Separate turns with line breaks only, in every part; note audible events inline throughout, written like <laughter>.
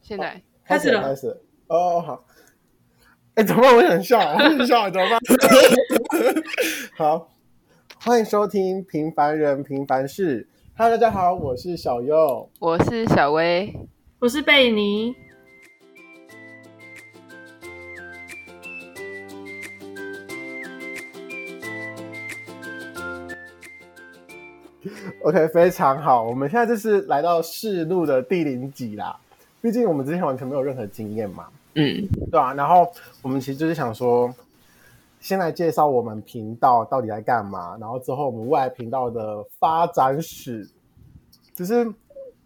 现
哦
在
开始了
开始。哦，好。哎，怎么办？我想笑，
<laughs>
我想笑，啊怎么办？ <laughs> 好，欢迎收听《平凡人平凡事》。Hello，大家好，我是小优。
我是小薇，
我是贝尼。
OK，非常好。我们现在就是来到试录的第零集啦。毕竟我们之前完全没有任何经验嘛，
嗯，
对啊，然后我们其实就是想说，先来介绍我们频道到底在干嘛，然后之后我们未来频道的发展史。只是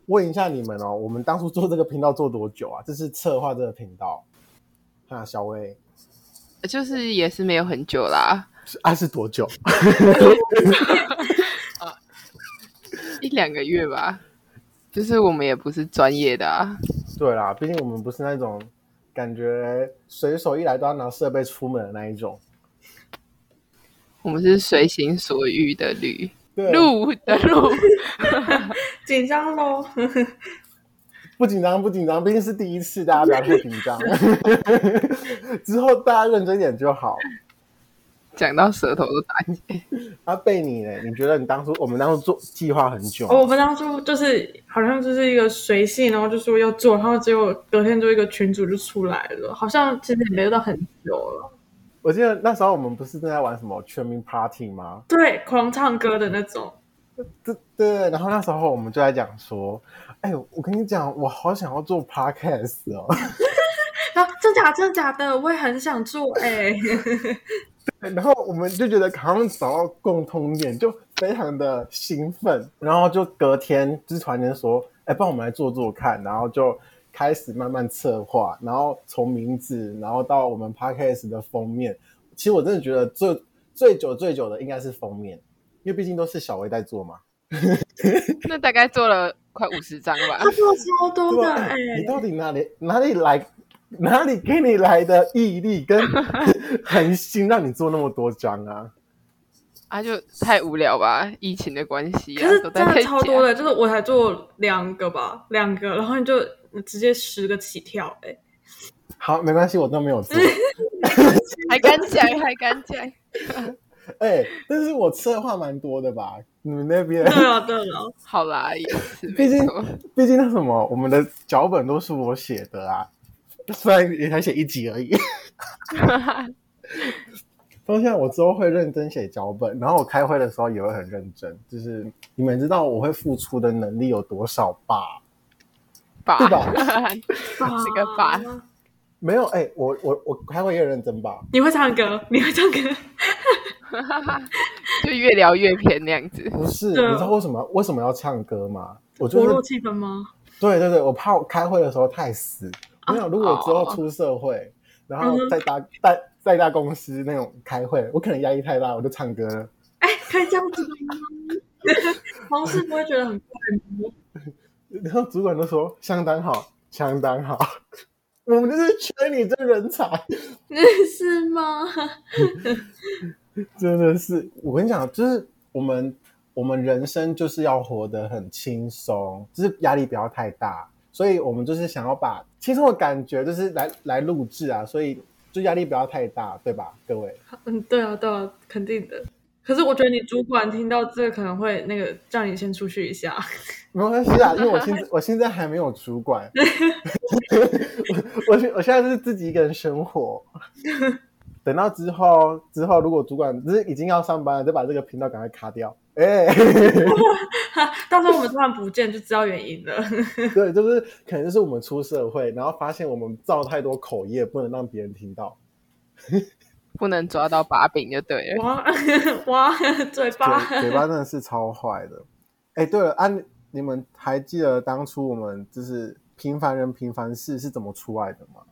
问一下你们哦，我们当初做这个频道做多久啊？这是策划这个频道啊，小薇
呃就是也是没有很久啦，
是啊是多久？ <laughs>
一两个月吧。就是我们也不是专业的啊，
对啦，毕竟我们不是那种感觉随手一来都要拿设备出门的那一种。
我们是随心所欲的旅
啊
对，
路的路。
紧张喽！
不紧张不紧张，毕竟是第一次，大家不要太紧张。 <laughs> 之后大家认真一点就好。
讲到舌头都打结，
阿啊贝你呢？你觉得你当初我们当初做计划很久吗，
哦我们当初就是好像就是一个随性，然后就说要做，然后结果隔天就一个群主就出来了，好像其实也没有到很久了。
我记得那时候我们不是正在玩什么全民 party 吗？
对，狂唱歌的那种。
对对，然后那时候我们就在讲说，哎，我跟你讲，我好想要做 podcast 哦。
然后啊真假真假的，我也很想做
<laughs>
哎、
然后我们就觉得好像找到共通点，就非常的兴奋。然后就隔天就是突然间说，哎，帮我们来做做看。然后就开始慢慢策划，然后从名字，然后到我们 podcast 的封面。其实我真的觉得最最久最久的应该是封面，因为毕竟都是小薇在做嘛。
那大概做了快五十张吧
他。啊做超多的哎、
你到底哪里哪里来哪里给你来的毅力跟 <laughs> 恒心，让你做那么多张啊？
啊，就太无聊吧，疫情的关系
可
啊
是，
都
真
待在
的超多
家。
的，就是我才做两个吧，两个，然后你就直接十个起跳哎、
<laughs>
好，没关系，我都没有做。
还敢讲，还敢讲，
哎、但是我策划蛮多的吧？你们那边， <laughs>
对了对啊了，
好啦，也是
毕
没
竟
错。
毕竟那什么，我们的脚本都是我写的啊，虽然也才写一集而已。放下我之后会认真写脚本，然后我开会的时候也会很认真，就是你们知道我会付出的能力有多少吧？
爸
对吧，
这
个吧
没有，哎、我我我开会也认真吧？
你会唱歌，你会唱歌，
<laughs> 就越聊越偏那样子。
不是，你
对啊
知道为什么为什么要唱歌吗？我就
活络
是
气氛吗？
对对对，我怕我开会的时候太死。
啊
没有，如果我之后出社会，然后在大在在大公司那种开会，我可能压力太大，我就唱歌了。
哎，可以这样子吗？同事不会觉得很怪吗？
然后主管就说相当好，相当好， <laughs> 我们就是缺你这人才。
<laughs>
<laughs>
是吗？
真的是，我跟你讲，就是我们我们人生就是要活得很轻松，就是压力不要太大，所以我们就是想要把轻松的感觉，就是来来录制啊，所以就压力不要太大，对吧，各位？
<laughs> 嗯，对啊，对啊，肯定的。可是我觉得你主管听到这个可能会那个叫你先出去一下。 <laughs>
没关系啊，因为我现在我现在还没有主管， <laughs> 我我现我现在是自己一个人生活。等到之后之后，如果主管就是已经要上班了，再把这个频道赶快卡掉。哎、 <laughs>
到时候我们突然不见就知道原因了。 <laughs>
对，就是可能就是我们出社会，然后发现我们造太多口业，不能让别人听到。
不能抓到把柄就对了。
<laughs> 哇哇，嘴巴
嘴嘴巴真的是超坏的。哎，对了，啊，你你们还记得当初我们就是《平凡人平凡事》是怎么出来的吗？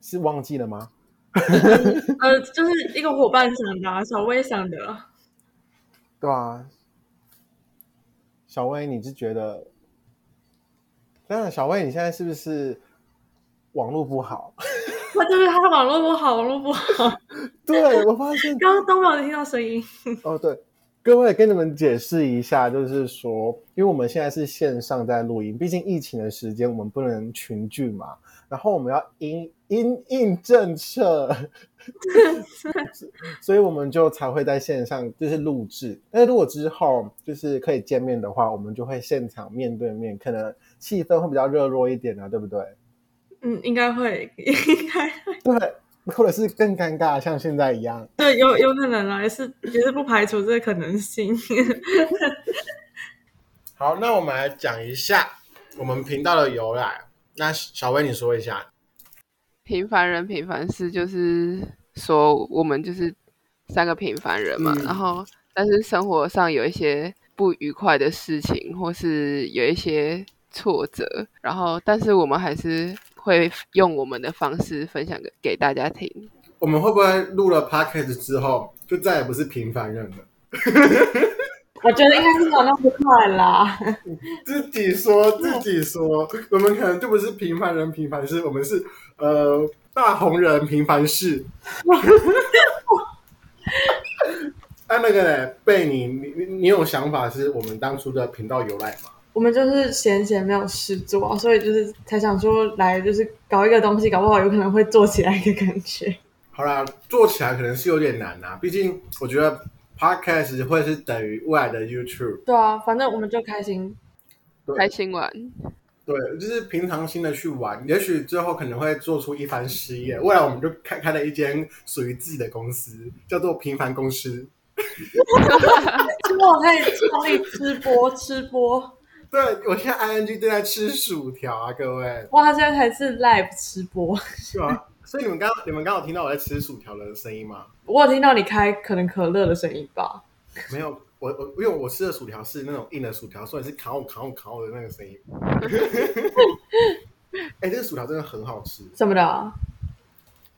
是忘记了吗？
<laughs> 呃，就是一个伙伴想的、啊，小薇想的啊。
对啊，小薇，你是觉得？当然，小薇，你现在是不是网络不好？ <laughs>
他就是他网络不好，网络不好。 <laughs>
对我发现
刚刚都没有听到声音。
哦，对，各位跟你们解释一下，就是说，因为我们现在是线上在录音，毕竟疫情的时间我们不能群聚嘛，然后我们要因因应政策，所以我们就才会在线上就是录制。但是如果之后就是可以见面的话，我们就会现场面对面，可能气氛会比较热络一点啊，对不对？
嗯，应该会，应该
对，或者是更尴尬，像现在一样。
对，有有可能啦，啊也是也是不排除这个可能性。
好，那我们来讲一下我们频道的由来。那小薇，你说一下。
平凡人平凡事就是说我们就是三个平凡人嘛，
嗯
然后但是生活上有一些不愉快的事情，或是有一些挫折，然后但是我们还是会用我们的方式分享给给大家听。
我们会不会录了 podcast 之后，就再也不是平凡人了？
我觉得应该是没有那么快啦。 <laughs>
自己说自己说，我们可能就不是平凡人平凡事，我们是呃大红人平凡事。 <laughs> 哎、那个嘞贝尼，你你你有想法是我们当初的频道由来吗？
我们就是闲闲没有事做，所以就是才想说来就是搞一个东西，搞不好有可能会做起来的感觉。
好啦，做起来可能是有点难啊，毕竟我觉得 podcast 会是等于未来的 YouTube。
对啊，反正我们就开心。
对
开心玩，
对，就是平常心的去玩，也许最后可能会做出一番事业。未来我们就开开了一间属于自己的公司，叫做平凡公司。
之后可以创立吃播，吃播，
对我现在 ing 正在吃薯条啊，各位，
哇，现在才是 live 吃播。
是吗？所以你们刚你们刚好听到我在吃薯条的声音吗？
我有听到你开可能可乐的声音吧？
没有，我我因为我吃的薯条是那种硬的薯条，所以是烤烤烤的那个声音。哎、这个薯条真的很好吃，
什么的啊、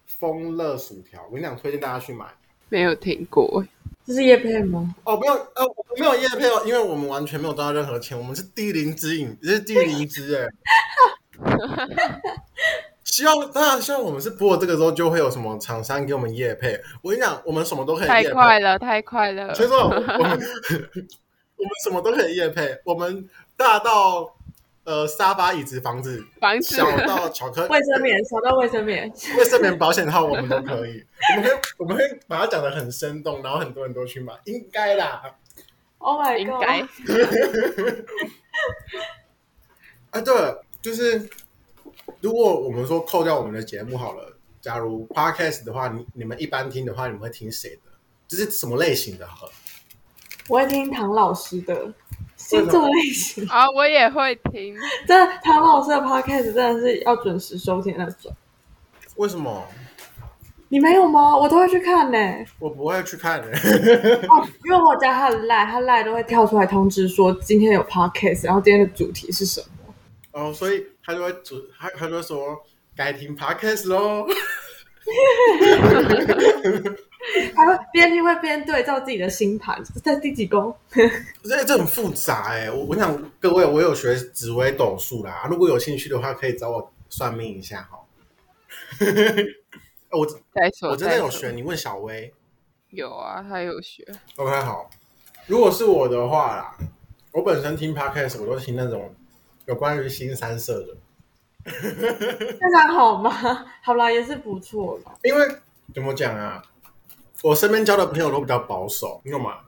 风乐薯条，我跟你讲，推荐大家去买。
没有听过，
这是叶片吗？
哦，没有，呃，我们没有叶配哦，因为我们完全没有赚到任何钱，我们是低龄之影，这是低龄之哎。 <laughs> 希望当然，希望我们是播了这个之后，就会有什么厂商给我们叶配。我跟你讲，我们什么都可以
太
叶
快
配，
了，太快了，
所以说我们 <laughs> 我们什么都可以叶配。我们大到呃沙发、椅子、房子，
房子
小到巧克力、
卫生棉，小到卫生棉。
卫生棉、保险套，我们都可以。我们会我们会把它讲的很生动，然后很多人都去买，应该啦。
Oh
<laughs>
my
应
god！
该
啊，对了，就是如果我们说扣掉我们的节目好了，假如 podcast 的话，你你们一般听的话，你们会听谁的？就是什么类型的？好了，
我会听唐老师的星座类型，
啊，我也会听，
真的，唐老师的 podcast 真的是要准时收听那种。
为什么
你没有吗？我都会去看呢、
我不会去看、
哦，因为我加他的 line，他 line 都会跳出来通知说今天有 podcast，然后今天的主题是什么。
<laughs> 哦，所以他就会主他他就会说该听 podcast 喽。
他会边听会边对照自己的星盘，在第几宫。
这这很复杂哎、我我想各位，我有学紫微斗数啦，啊如果有兴趣的话，可以找我算命一下哈。 <laughs> 哦我
再说，
我真的
再
有
说
学，你问小薇。
有啊，他有学，
OK，好。如果是我的话啦，我本身听 podcast，我都听那种有关于新三色的，
那还好吗？ <laughs> 好啦，也是不错啦。
因为怎么讲啊，我身边交的朋友都比较保守，你懂吗？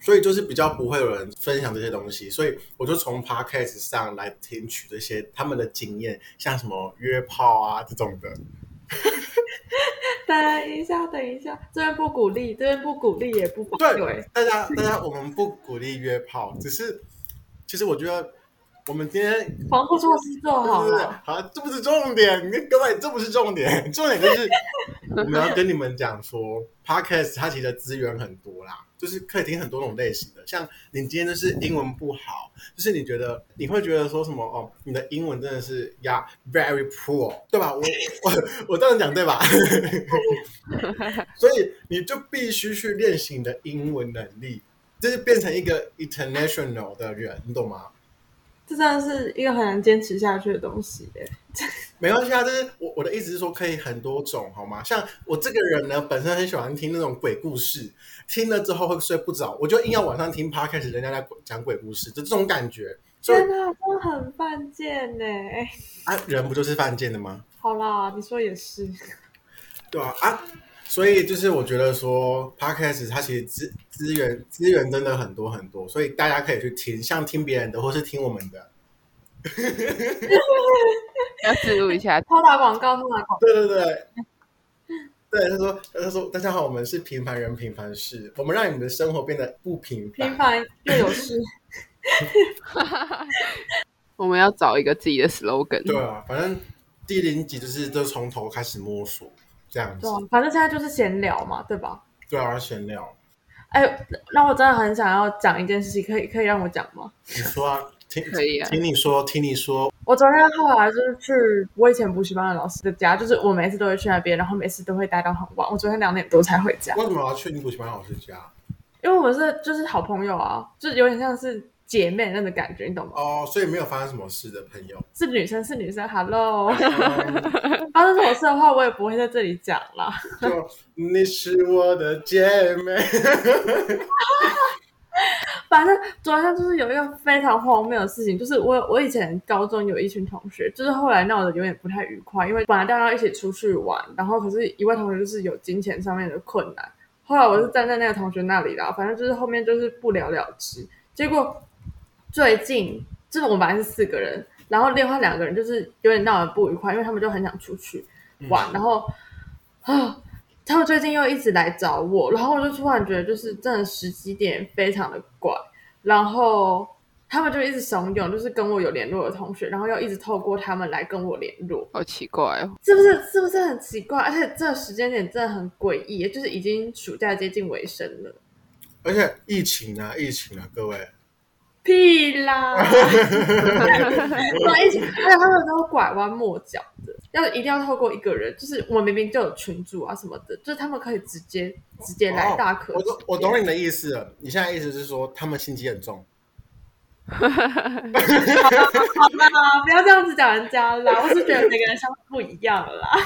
所以就是比较不会有人分享这些东西，所以我就从 podcast 上来听取这些他们的经验，像什么约炮啊这种的。
等一下，等一下，这边不鼓励，这边不鼓励，也不反对
对。，大家大家我们不鼓励约炮，只是其实我觉得我们今天
防护措施做哦好
对对对
了。，
好，这不是重点，你各位，这不是重点，重点就是我们要跟你们讲说，podcast 它其实资源很多啦，就是可以听很多种类型的。像你今天就是英文不好，就是你觉得你会觉得说什么哦，你的英文真的是呀、very poor，对吧？我我我这样讲对吧？所以你就必须去练习你的英文能力，就是变成一个 international 的人，你懂吗？
这真的是一个很难坚持下去的东西耶。
没没关系啊，就是我我的意思是说，可以很多种，好吗？像我这个人呢，本身很喜欢听那种鬼故事，听了之后会睡不着，我就硬要晚上听 podcast，人家在鬼讲鬼故事，就这种感觉。所以
真的真的很犯贱呢、哎
啊，人不就是犯贱的吗？
好啦，你说也是，
对啊啊，所以就是我觉得说 podcast 它其实资资源资源真的很多很多，所以大家可以去听，像听别人的或是听我们的。
要记录一下。
抛打广告，抛打
<laughs>
广告。
对对对，对他说他说大家好，我们是平凡人平凡事，我们让你们的生活变得不平
平
凡。
凡又有事，
我们要找一个自己的 slogan。
对啊，
嗯
反正第零集就是就从头开始摸索这样子
对、啊，，反正现在就是闲聊嘛，对吧？
对啊，闲聊。
哎，那我真的很想要讲一件事情，可以可以让我讲吗？
你说啊，听
可以啊
听你说，听你说，
我昨天后来就是去我以前补习班的老师的家，就是我每次都会去那边，然后每次都会待到很晚。我昨天两点多才回家，
为什么要去你补习班老师家？
因为我们是就是好朋友啊，就是有点像是姐妹那种感觉，你懂吗？
哦，所以没有发生什么事的朋友。
是女生是女生，hello。 <laughs>
嗯
发生什么事的话，我也不会在这里讲啦。 <laughs>
就你是我的姐妹， <laughs>
反正昨天就是有一个非常荒谬的事情，就是我我以前高中有一群同学，就是后来闹得有点不太愉快，因为本来大家要一起出去玩，然后可是一位同学就是有金钱上面的困难，后来我是站在那个同学那里啦，反正就是后面就是不了了之。结果最近就是我们本来是四个人，然后另外两个人就是有点闹得不愉快，因为他们就很想出去玩，然后啊。他们最近又一直来找我，然后我就突然觉得，就是真的时机点非常的怪，然后他们就一直怂恿，就是跟我有联络的同学，然后要一直透过他们来跟我联络，
好奇怪哦，
是不是？是不是很奇怪？而且这个时间点真的很诡异，就是已经暑假接近尾声了，
而且疫情啊，疫情啊，各位，
屁
<laughs>
啦！对，一起，而且他们都拐弯抹角的，要一定要透过一个人，就是我明明就有群主啊什么的，就是他们可以直接直接来大可、
哦我懂，我懂你的意思了。你现在意思是说他们心机很
<laughs>
重，
好啦，不要这样子讲人家啦，我是觉得每个人想法不一样啦。 <laughs>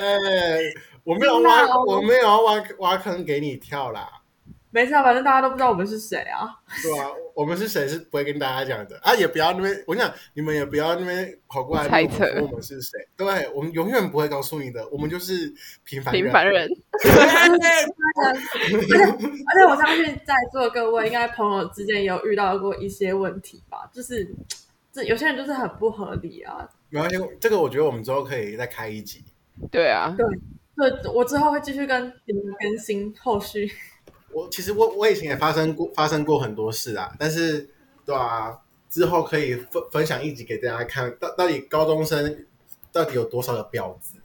哎，我没有
真的
挖，
哦
我没有要挖挖坑给你跳啦，
没事啊，反正大家都不知道我们是谁啊。
对吧、我们是谁是不会跟大家讲的啊，也不要那边，我想你们也不要那边跑过来
猜
问我
测
们说我们是谁，对我们永远不会告诉你的，我们就是平凡
平凡人。
而且而且我相信在座的各位应该朋友之间也有遇到过一些问题吧，就是这有些人就是很不合理啊。
没关系，这个我觉得我们之后可以再开一集。
对啊，
对，我之后会继续跟你们更新后续。 <laughs>
我其实我我以前也发生过发生过很多事啊，但是对啊，之后可以分分享一集给大家看，到到底高中生到底有多少个婊子？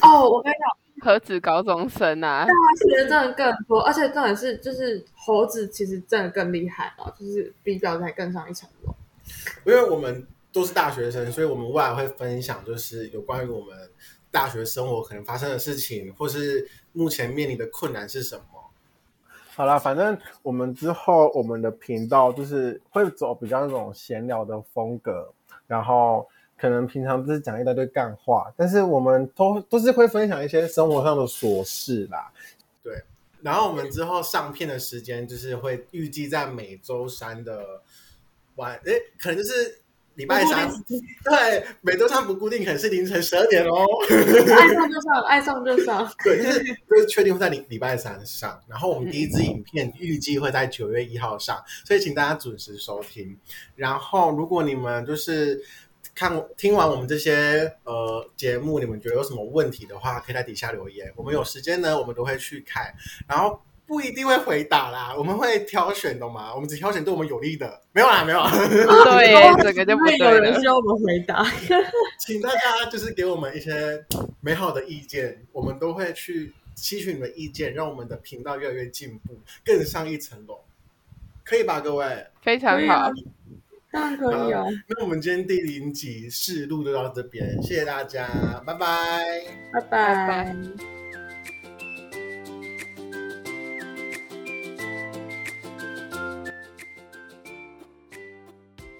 哦，我跟你讲，
何止高中生啊，
他其实真的更多，而且重点是，就是猴子其实真的更厉害啊，就是比表才更上一层
<laughs>
楼。
<laughs> 因为我们都是大学生，所以我们未来会分享就是有关于我们大学生活可能发生的事情，或是目前面临的困难是什么。
好啦，反正我们之后我们的频道就是会走比较那种闲聊的风格，然后可能平常就是讲一大堆干话，但是我们都都是会分享一些生活上的琐事啦。
然后我们之后上片的时间就是会预计在每周三的晚，诶，可能就是礼拜三
不固定，
<laughs> 对，每周三不固定，可能是凌晨十二点哦。
爱上就上，爱上就上。
对，就是就是确定会在礼礼拜三上，然后我们第一支影片预计会在九月一号上，所以请大家准时收听。然后，如果你们就是看听完我们这些呃节目，你们觉得有什么问题的话，可以在底下留言。我们有时间呢，我们都会去看，然后不一定会回答啦，我们会挑选，懂吗？我们只挑选对我们有利的，没有啦，没有啦。
啊
对耶，这个就不
会有
对
人
了
需。要我们回答。
请大家就是给我们一些美好的意见，我们都会去吸取你们的意见，让我们的频道越来越进步，更上一层楼，可以吧，各位？
非常
啊
好，
当然可以哦，
那我们今天第零集试录就到这边，谢谢大家，拜拜。
拜
拜拜
拜。